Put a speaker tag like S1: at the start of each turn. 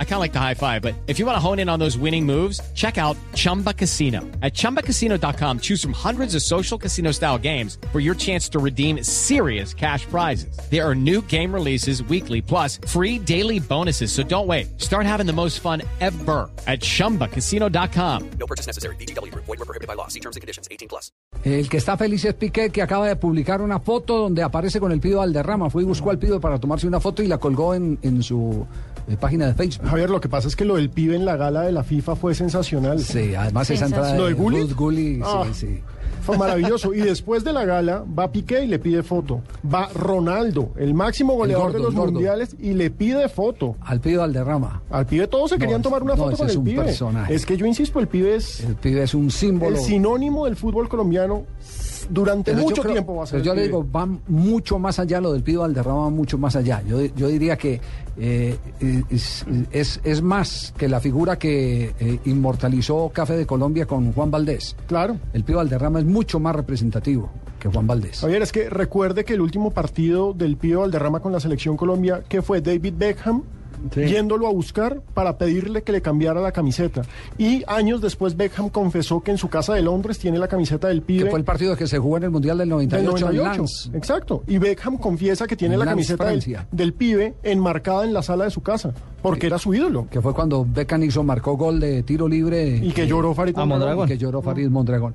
S1: I kind of like the high five, but if you want to hone in on those winning moves, check out Chumba Casino. At chumbacasino.com, choose from hundreds of social casino style games for your chance to redeem serious cash prizes. There are new game releases weekly, plus free daily bonuses. So don't wait. Start having the most fun ever at chumbacasino.com.
S2: No purchase necessary. BGW. Void were prohibited by law. See terms and conditions. 18 plus.
S3: El que está feliz es Piqué, que acaba de publicar una foto donde aparece con el pido Valderrama. Fue y buscó al pido para tomarse una foto y la colgó en, en su eh, página de Facebook.
S4: Javier, lo que pasa es que lo del pibe en la gala de la FIFA fue sensacional.
S3: Sí, además esa entrada
S4: ¿Lo de Gullit?
S3: Ruth Gullit,
S4: Ah.
S3: sí, sí.
S4: Fue maravilloso. Y después de la gala va Piqué y le pide foto. Va Ronaldo, el máximo goleador
S3: gordo,
S4: de los
S3: el gordo.
S4: mundiales, y le pide foto.
S3: Al pido Valderrama.
S4: Al pibe todos se
S3: No,
S4: querían tomar una
S3: no,
S4: foto
S3: ese
S4: con
S3: es
S4: el
S3: un
S4: pibe.
S3: personaje.
S4: Es que yo insisto, el pibe es
S3: El pibe es un símbolo.
S4: el sinónimo del fútbol colombiano durante
S3: Pero yo
S4: mucho
S3: creo-
S4: tiempo va a
S3: pero
S4: ser. el
S3: yo le
S4: pibe.
S3: digo, va mucho más allá, lo del Pido Valderrama va mucho más allá. Yo, yo diría que eh, es, es- es más que la figura que eh, inmortalizó Café de Colombia con Juan Valdés.
S4: Claro.
S3: El Pido Valderrama es mucho más representativo que Juan Valdés.
S4: Javier, es que recuerde que el último partido del Pibe Valderrama con la selección Colombia, que fue David Beckham,
S3: Sí.
S4: yéndolo a buscar para pedirle que le cambiara la camiseta. Y años después Beckham confesó que en su casa de Londres tiene la camiseta del
S3: Que
S4: Pibe
S3: fue el partido que se jugó en el Mundial del
S4: del
S3: 98, en
S4: 98.
S3: Lens.
S4: Exacto. Y Beckham confiesa que tiene
S3: En
S4: la
S3: Lens,
S4: camiseta del,
S3: Francia.
S4: del Pibe enmarcada en la sala de su casa, porque era su ídolo.
S3: que fue cuando Beckham hizo, marcó gol de tiro libre
S4: Y que lloró Farid Mondragón.
S3: y que lloró Farid Mondragón.